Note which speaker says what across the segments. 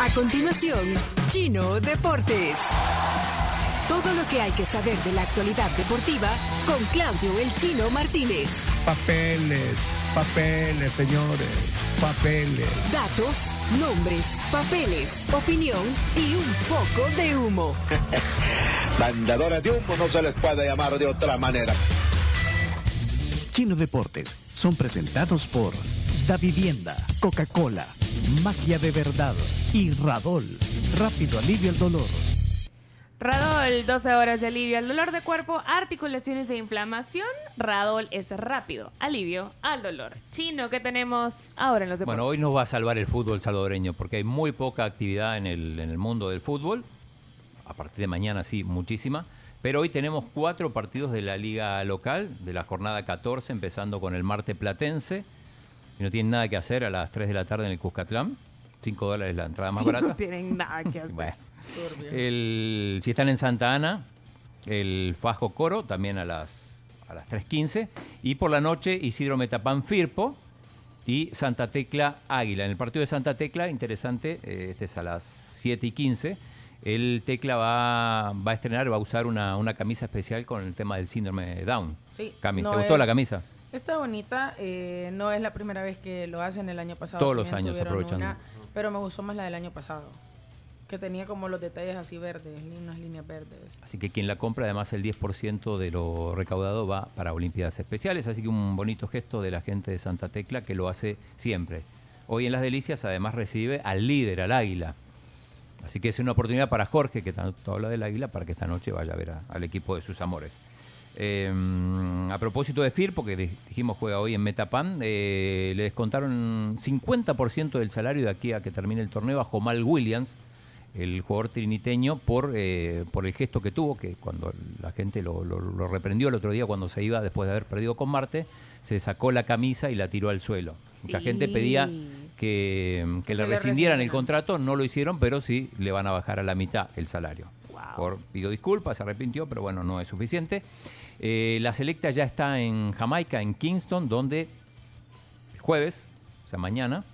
Speaker 1: A continuación, Chino Deportes. Todo lo que hay que saber de la actualidad deportiva con Claudio El Chino Martínez.
Speaker 2: Papeles, papeles, señores, papeles.
Speaker 1: Datos, nombres, papeles, opinión y un poco de humo.
Speaker 3: Mandadores de humo no se les puede llamar de otra manera.
Speaker 4: Chino Deportes son presentados por Da Vivienda, Coca-Cola, Magia de Verdad y Radol. Rápido alivio al dolor.
Speaker 5: Radol, 12 horas de alivio al dolor de cuerpo, articulaciones e inflamación. Radol es rápido, alivio al dolor. Chino, ¿qué tenemos ahora en los deportes?
Speaker 6: Bueno, hoy nos va a salvar el fútbol salvadoreño porque hay muy poca actividad en el, en el mundo del fútbol. A partir de mañana sí, muchísima. Pero hoy tenemos cuatro partidos de la liga local, de la jornada 14, empezando con el Marte Platense. Y no tienen nada que hacer a las 3 de la tarde en el Cuscatlán. 5 dólares la entrada más barata.
Speaker 5: No tienen nada que hacer.
Speaker 6: Bueno. El- si están en Santa Ana, el Fajo Coro, también a las, a las 3.15. Y por la noche, Isidro Metapán Firpo y Santa Tecla Águila. En el partido de Santa Tecla, interesante, eh, este es a las 7 y 15. El Tecla va, va a estrenar, va a usar una, una camisa especial con el tema del síndrome de Down.
Speaker 7: Sí,
Speaker 6: Cami,
Speaker 7: no
Speaker 6: ¿Te gustó
Speaker 7: es-
Speaker 6: la camisa?
Speaker 7: Está bonita, eh, no es la primera vez que lo hacen, el año pasado.
Speaker 6: Todos los
Speaker 7: también
Speaker 6: años
Speaker 7: tuvieron
Speaker 6: aprovechan.
Speaker 7: una, pero me gustó más la del año pasado, que tenía como los detalles así verdes, li- unas líneas verdes.
Speaker 6: Así que quien la compra, además el 10% de lo recaudado va para Olimpiadas Especiales. Así que un bonito gesto de la gente de Santa Tecla que lo hace siempre. Hoy en Las Delicias además recibe al líder, al Águila. Así que es una oportunidad para Jorge, que tanto habla del Águila, para que esta noche vaya a ver a- al equipo de sus amores. Eh, a propósito de FIR, porque di- dijimos juega hoy en Metapan, eh, le descontaron 50% del salario de aquí a que termine el torneo a Jomal Williams, el jugador triniteño, por, eh, por el gesto que tuvo, que cuando la gente lo, lo- lo reprendió el otro día cuando se iba después de haber perdido con Marte, se sacó la camisa y la tiró al suelo. Mucha
Speaker 5: Sí.
Speaker 6: gente pedía que, que
Speaker 7: Se
Speaker 6: le
Speaker 7: le
Speaker 6: rescindieran el
Speaker 7: rescindan.
Speaker 6: contrato, no lo hicieron, pero sí le van a bajar a la mitad el salario.
Speaker 5: Wow.
Speaker 6: Por- pidió disculpas, se arrepintió, pero bueno, no es suficiente. Eh, la selecta ya está en Jamaica, en Kingston, donde el jueves, o sea, mañana,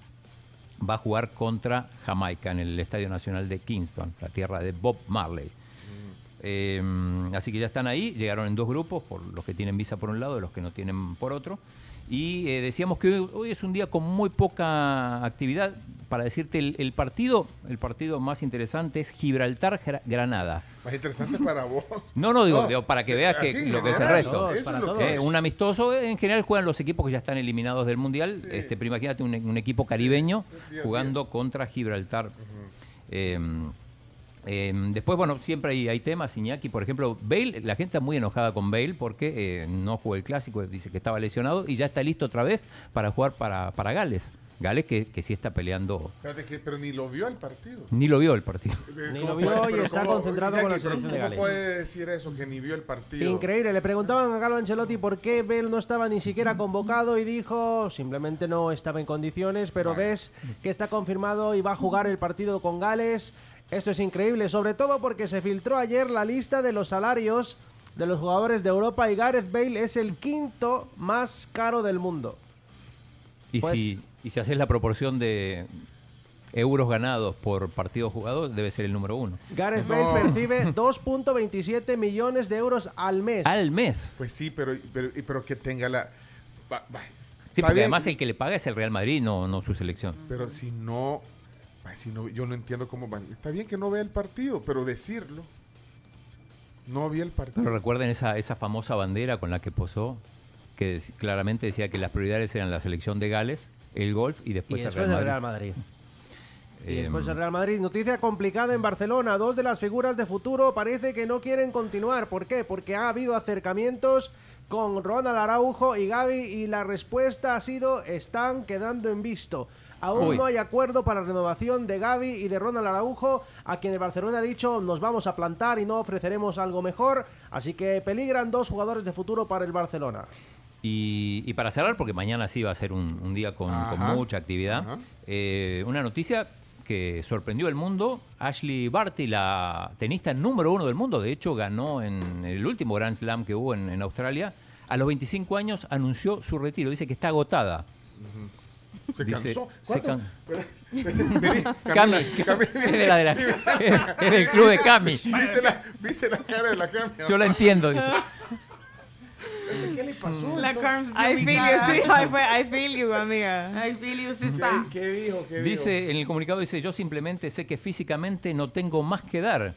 Speaker 6: va a jugar contra Jamaica en el Estadio Nacional de Kingston, la tierra de Bob Marley. Eh, así que ya están ahí, llegaron en dos grupos, por los que tienen visa por un lado y los que no tienen por otro. Y eh, decíamos que hoy, hoy es un día con muy poca actividad. Para decirte, el, el partido, el partido más interesante es Gibraltar-Granada.
Speaker 8: Más Pues, interesante para vos.
Speaker 6: No, no, digo, digo, para que veas que-
Speaker 8: eh, así,
Speaker 6: lo que es el
Speaker 8: general,
Speaker 6: resto.
Speaker 8: eso
Speaker 9: Para
Speaker 8: es lo
Speaker 9: todos.
Speaker 8: que
Speaker 6: Eh,
Speaker 8: es.
Speaker 6: un amistoso, eh, en general juegan los equipos que ya están eliminados del Mundial.
Speaker 8: Sí.
Speaker 6: Este, pero imagínate un, un equipo caribeño
Speaker 8: Dios
Speaker 6: jugando contra Gibraltar. Em, em, después, bueno, siempre hay, hay temas, Iñaki, por ejemplo, Bale, la gente está muy enojada con Bale porque eh, no jugó el clásico, dice que estaba lesionado y ya está listo otra vez para jugar para, para Gales. Gales que, que sí está peleando,
Speaker 8: Espérate que- pero ni lo vio al partido.
Speaker 6: ni lo vio el partido.
Speaker 8: Eh,
Speaker 9: Ni
Speaker 8: ¿cómo
Speaker 9: lo vio
Speaker 8: puede-
Speaker 9: y
Speaker 8: pero
Speaker 9: está
Speaker 8: cómo-
Speaker 9: concentrado con la
Speaker 8: Jackie, pero
Speaker 9: selección de
Speaker 8: ¿Cómo
Speaker 9: Gales?
Speaker 8: puede decir eso que ni vio el partido?
Speaker 9: Increíble, le preguntaban a Carlo Ancelotti por qué Bell no estaba ni siquiera convocado y dijo simplemente no estaba en condiciones, pero ves que está confirmado y va a jugar el partido con Gales. Esto es increíble, sobre todo porque se filtró ayer la lista de los salarios de los jugadores de Europa y Gareth Bale es el quinto más caro del mundo.
Speaker 6: Y,
Speaker 9: Pues-
Speaker 6: si, y si haces la proporción de euros ganados por partido jugado, debe ser el número uno.
Speaker 9: Gareth Bale percibe 2.27 millones de euros al mes.
Speaker 6: Al mes.
Speaker 8: Pues sí, pero, pero, pero que tenga la. va- va,
Speaker 6: Sí,
Speaker 8: está
Speaker 6: porque
Speaker 8: bien,
Speaker 6: además el que le paga es el Real Madrid, no, no su selección.
Speaker 8: Pero si no, ay, si no, yo no entiendo cómo van. Está bien que no vea el partido, pero decirlo. No vi el partido.
Speaker 6: Pero recuerden esa, esa famosa bandera con la que posó, que dec- claramente decía que las prioridades eran la selección de Gales, el golf y
Speaker 9: y
Speaker 6: después,
Speaker 9: después
Speaker 6: el
Speaker 9: el
Speaker 6: Real
Speaker 9: Real
Speaker 6: Madrid.
Speaker 9: Madrid. Em. Y
Speaker 6: Eh,
Speaker 9: después el Real Madrid. Noticia complicada en Barcelona. Dos de las figuras de futuro parece que no quieren continuar. ¿Por qué? Porque ha habido acercamientos con Ronald Araujo y Gaby y la respuesta ha sido están quedando en visto. Aún
Speaker 6: Uy.
Speaker 9: no hay acuerdo para renovación de Gaby y de Ronald Araujo, a quien el Barcelona ha dicho nos vamos a plantar y no ofreceremos algo mejor. Así que peligran dos jugadores de futuro para el Barcelona.
Speaker 6: Y, y para cerrar, porque mañana sí va a ser un, un día con, con
Speaker 8: Ajá.
Speaker 6: mucha actividad,
Speaker 8: Ajá.
Speaker 6: eh, una noticia que sorprendió al mundo. Ashley Barty, la tenista número uno del mundo, de hecho ganó en el último Grand Slam que hubo en, en Australia, a los 25 años anunció su retiro. Dice que está agotada.
Speaker 8: Se
Speaker 6: Dice-
Speaker 8: cansó.
Speaker 6: se
Speaker 8: ¿Cuánto?
Speaker 6: can-
Speaker 8: Vení, vení,
Speaker 6: Cami,
Speaker 8: Camila,
Speaker 6: Cami,
Speaker 8: Camila.
Speaker 6: es de la, de la- es del club de Cami.
Speaker 8: ¿Viste la, viste la cara de la Cami?
Speaker 6: Yo la entiendo, dice.
Speaker 8: ¿Qué le pasó?
Speaker 7: La
Speaker 8: entonces?
Speaker 7: Carms
Speaker 5: I feel you, sí. I feel- I feel you, amiga.
Speaker 7: I feel you, sí
Speaker 8: ¿Qué,
Speaker 7: está.
Speaker 8: qué dijo? ¿Qué dijo?
Speaker 6: Dice, en el comunicado dice, yo simplemente sé que físicamente no tengo más que dar.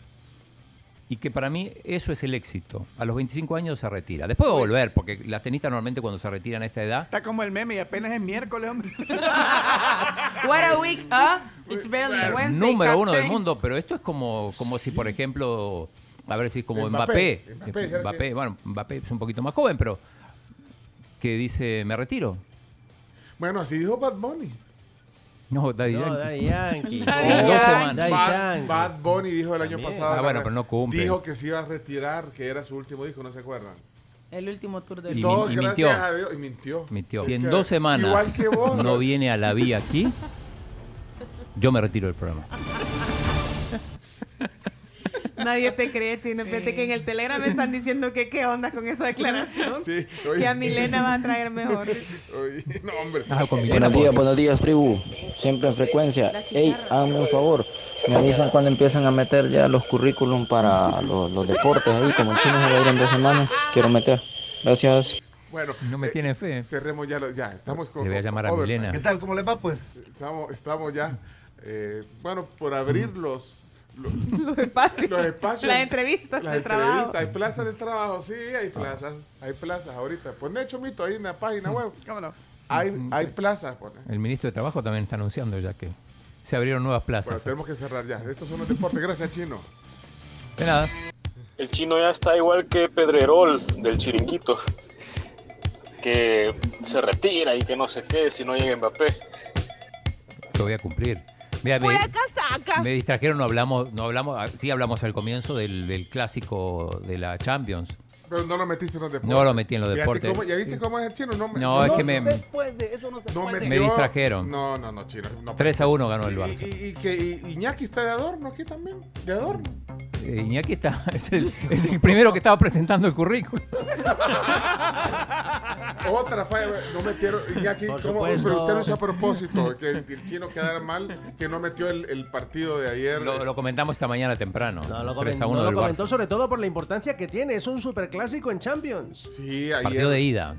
Speaker 6: Y que para mí eso es el éxito. A los 25 años se retira. Después va a volver, porque las tenistas normalmente cuando se retiran a esta edad,
Speaker 10: Está como el meme y apenas es miércoles, hombre.
Speaker 7: What a week, huh? It's barely Wednesday.
Speaker 6: número uno del
Speaker 7: Captain.
Speaker 6: mundo, pero esto es como, como si, por ejemplo, a ver si es como
Speaker 8: Mbappé.
Speaker 6: Mbappé. Mbappé,
Speaker 8: Mbappé, era que-
Speaker 6: bueno, Mbappé es un poquito más joven, pero que dice, me retiro.
Speaker 8: Bueno, así dijo Bad Bunny.
Speaker 6: No, Daddy
Speaker 9: No,
Speaker 6: Yankee.
Speaker 9: Daddy Yankee.
Speaker 6: Con dos semanas.
Speaker 9: Daddy
Speaker 8: Bad,
Speaker 9: Yankee.
Speaker 8: Bad Bunny dijo el año
Speaker 9: También.
Speaker 8: pasado.
Speaker 6: Ah, bueno,
Speaker 8: que-
Speaker 6: pero no cumple.
Speaker 8: Dijo que se iba a retirar, que era su último disco, ¿no se acuerdan?
Speaker 7: El último tour
Speaker 6: Y
Speaker 7: del
Speaker 6: mi-
Speaker 8: Todo gracias
Speaker 6: mintió.
Speaker 8: a Dios. Y mintió.
Speaker 6: mintió.
Speaker 8: Porque
Speaker 6: Si en dos semanas
Speaker 8: Igual que vos.
Speaker 6: no viene a la vía aquí, yo me retiro del programa.
Speaker 5: Nadie te cree, chino. Fíjate que en el Telegram me están diciendo que qué onda con esa declaración.
Speaker 8: Sí, oye.
Speaker 5: Que a Milena va a traer mejor.
Speaker 8: Oye, no, hombre.
Speaker 6: Ah, con Milena
Speaker 11: Buenos días,
Speaker 6: Pozo.
Speaker 11: buenos días, tribu. Siempre en frecuencia. Ey, háganme un favor. Me avisan cuando empiezan a meter ya los currículum para los, los deportes ahí, como el chino se va a ir en dos semanas. Quiero meter. Gracias.
Speaker 8: Bueno,
Speaker 6: No me
Speaker 8: eh,
Speaker 6: tiene fe.
Speaker 8: cerremos ya. lo- Ya, estamos con.
Speaker 6: Le voy a llamar a
Speaker 8: overtime.
Speaker 6: Milena.
Speaker 10: ¿Qué tal? ¿Cómo les va, pues?
Speaker 8: Estamos, estamos ya, eh, bueno, por abrir los, lo- los,
Speaker 5: Los espacios.
Speaker 8: espacios.
Speaker 5: Las entrevistas
Speaker 8: las
Speaker 5: de trabajo.
Speaker 8: entrevistas. Hay plazas de trabajo, sí, hay plazas. Hay plazas ahorita. Pues Pone Chomito ahí en la página web.
Speaker 10: ¿Cómo no?
Speaker 6: Mm,
Speaker 8: Hay, hay plazas, pues, ¿eh? pone.
Speaker 6: El ministro de Trabajo también está anunciando ya que se abrieron nuevas
Speaker 8: Bueno,
Speaker 6: plazas.
Speaker 8: tenemos que cerrar ya. Estos son los deportes. Gracias, Chino.
Speaker 6: De nada.
Speaker 12: El chino ya está igual que Pedrerol del chiringuito, que se retira y que no sé qué si no llega Mbappé.
Speaker 6: Lo voy a cumplir. Mira, me, me distrajeron, no hablamos, no hablamos, ah, sí hablamos al comienzo del, del clásico de la Champions.
Speaker 8: Pero no lo metiste en los deportes.
Speaker 6: No lo metí en los
Speaker 8: Fíjate
Speaker 6: deportes.
Speaker 8: cómo- ¿Ya viste cómo es el chino? No, me-
Speaker 6: No, es que me,
Speaker 8: no metió-
Speaker 6: me distrajeron.
Speaker 8: No, no, no, chino. No.
Speaker 6: 3 a 1 ganó el
Speaker 8: y,
Speaker 6: Barça.
Speaker 8: y- y que y- Iñaki está de adorno aquí también. De adorno.
Speaker 6: Eh, Iñaki está, es el, es el primero que estaba presentando el currículum.
Speaker 8: Otra falla, no metieron. Iñaki,
Speaker 9: Por
Speaker 8: ¿cómo?
Speaker 9: supuesto.
Speaker 8: pero usted lo hizo a propósito, que el, el chino quedara mal, que no metió el, el partido de ayer.
Speaker 6: Lo, lo comentamos esta mañana temprano.
Speaker 9: No lo
Speaker 6: 3 a
Speaker 9: comentó,
Speaker 6: 1
Speaker 9: no lo
Speaker 6: del Barça.
Speaker 9: comentó sobre todo por la importancia que tiene. Es un superclásico en Champions.
Speaker 8: Sí,
Speaker 6: Partido
Speaker 8: ayer
Speaker 6: de ida.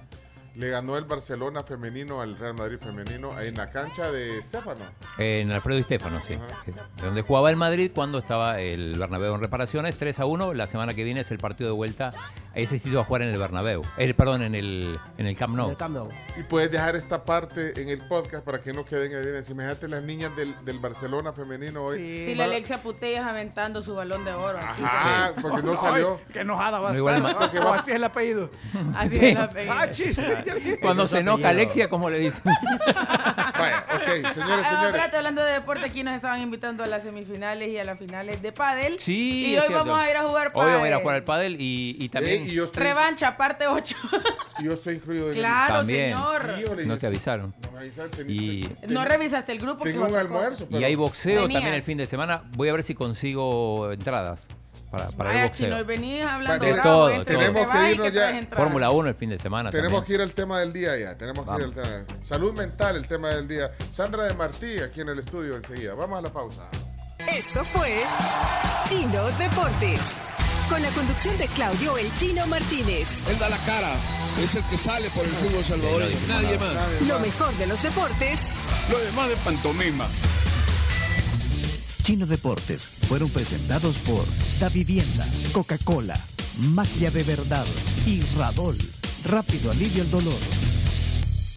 Speaker 8: le ganó el Barcelona femenino al Real Madrid femenino en la cancha de Estefano.
Speaker 6: En Alfredo y Stefano, sí. Eh, Donde jugaba el Madrid cuando estaba el Bernabéu en reparaciones, 3 a 1. La semana que viene es el partido de vuelta. Ese sí se va a jugar en el Bernabéu. Eh, perdón, en el, en el Camp
Speaker 9: en
Speaker 6: Nou.
Speaker 9: el Camp Nou.
Speaker 8: Y puedes dejar esta parte en el podcast para que no queden ahí. bien. Imagínate las niñas del, del Barcelona femenino hoy.
Speaker 7: Sí, la Alexia Putellas aventando su balón de oro. Así,
Speaker 8: Ajá, Ah, porque no salió.
Speaker 10: Qué enojada va a
Speaker 6: No, igual
Speaker 10: estar.
Speaker 8: ma-
Speaker 10: ¿no? O así es el apellido.
Speaker 7: así
Speaker 6: Sí.
Speaker 7: es la eh, pega.
Speaker 10: Ah, chis.
Speaker 6: Cuando
Speaker 9: es
Speaker 6: se
Speaker 9: otro
Speaker 6: enoja
Speaker 9: apellido.
Speaker 6: Alexia, como le dicen.
Speaker 8: Vaya, ok,
Speaker 7: Ah,
Speaker 8: señores, señores.
Speaker 7: espérate, hablando de deporte, aquí nos estaban invitando a las semifinales y a las finales de pádel.
Speaker 6: Sí,
Speaker 7: Y
Speaker 6: es
Speaker 7: hoy
Speaker 6: cierto.
Speaker 7: vamos a ir a jugar
Speaker 6: Hoy
Speaker 7: pádel.
Speaker 6: vamos a ir a jugar al pádel y, y también.
Speaker 8: Ey, Eh, y yo estoy,
Speaker 7: Revancha, parte 8.
Speaker 8: y yo estoy incluido en el-
Speaker 7: claro,
Speaker 6: También.
Speaker 7: señor.
Speaker 8: Híjole,
Speaker 6: no
Speaker 8: yo-
Speaker 6: te avisaron.
Speaker 8: No me avisaste,
Speaker 6: Y-
Speaker 8: ni- te-
Speaker 7: No revisaste el grupo.
Speaker 8: Tengo
Speaker 7: que
Speaker 8: un
Speaker 7: otra cosa.
Speaker 8: almuerzo, pero
Speaker 6: Y hay boxeo
Speaker 7: Venías.
Speaker 6: también el fin de semana. Voy a ver si consigo entradas para, para el
Speaker 7: Vaya,
Speaker 6: boxeo.
Speaker 7: chino, y venís hablando
Speaker 8: De
Speaker 7: bravo,
Speaker 6: todo,
Speaker 7: entre
Speaker 6: todo.
Speaker 7: que te
Speaker 8: Tenemos que
Speaker 7: vas y
Speaker 8: irnos
Speaker 7: que
Speaker 8: ya.
Speaker 7: traes entrada.
Speaker 6: Fórmula 1 el fin de semana.
Speaker 8: Tenemos
Speaker 6: también.
Speaker 8: que ir al tema del día ya. Tenemos que ir al tema. Salud mental, el tema del día. Sandra de Martí, aquí en el estudio enseguida. Vamos a la pausa.
Speaker 1: Esto fue Chino Deportes. Con la conducción de Claudio El Chino Martínez.
Speaker 4: Él da la cara, Ah, es el que sale por el fútbol salvadoreño, nadie más.
Speaker 1: Lo mejor de los deportes
Speaker 10: Lo demás de pantomima.
Speaker 4: Chino Deportes fueron presentados por Da Vivienda, Coca-Cola, Magia de Verdad y Radol. Rápido alivio al dolor.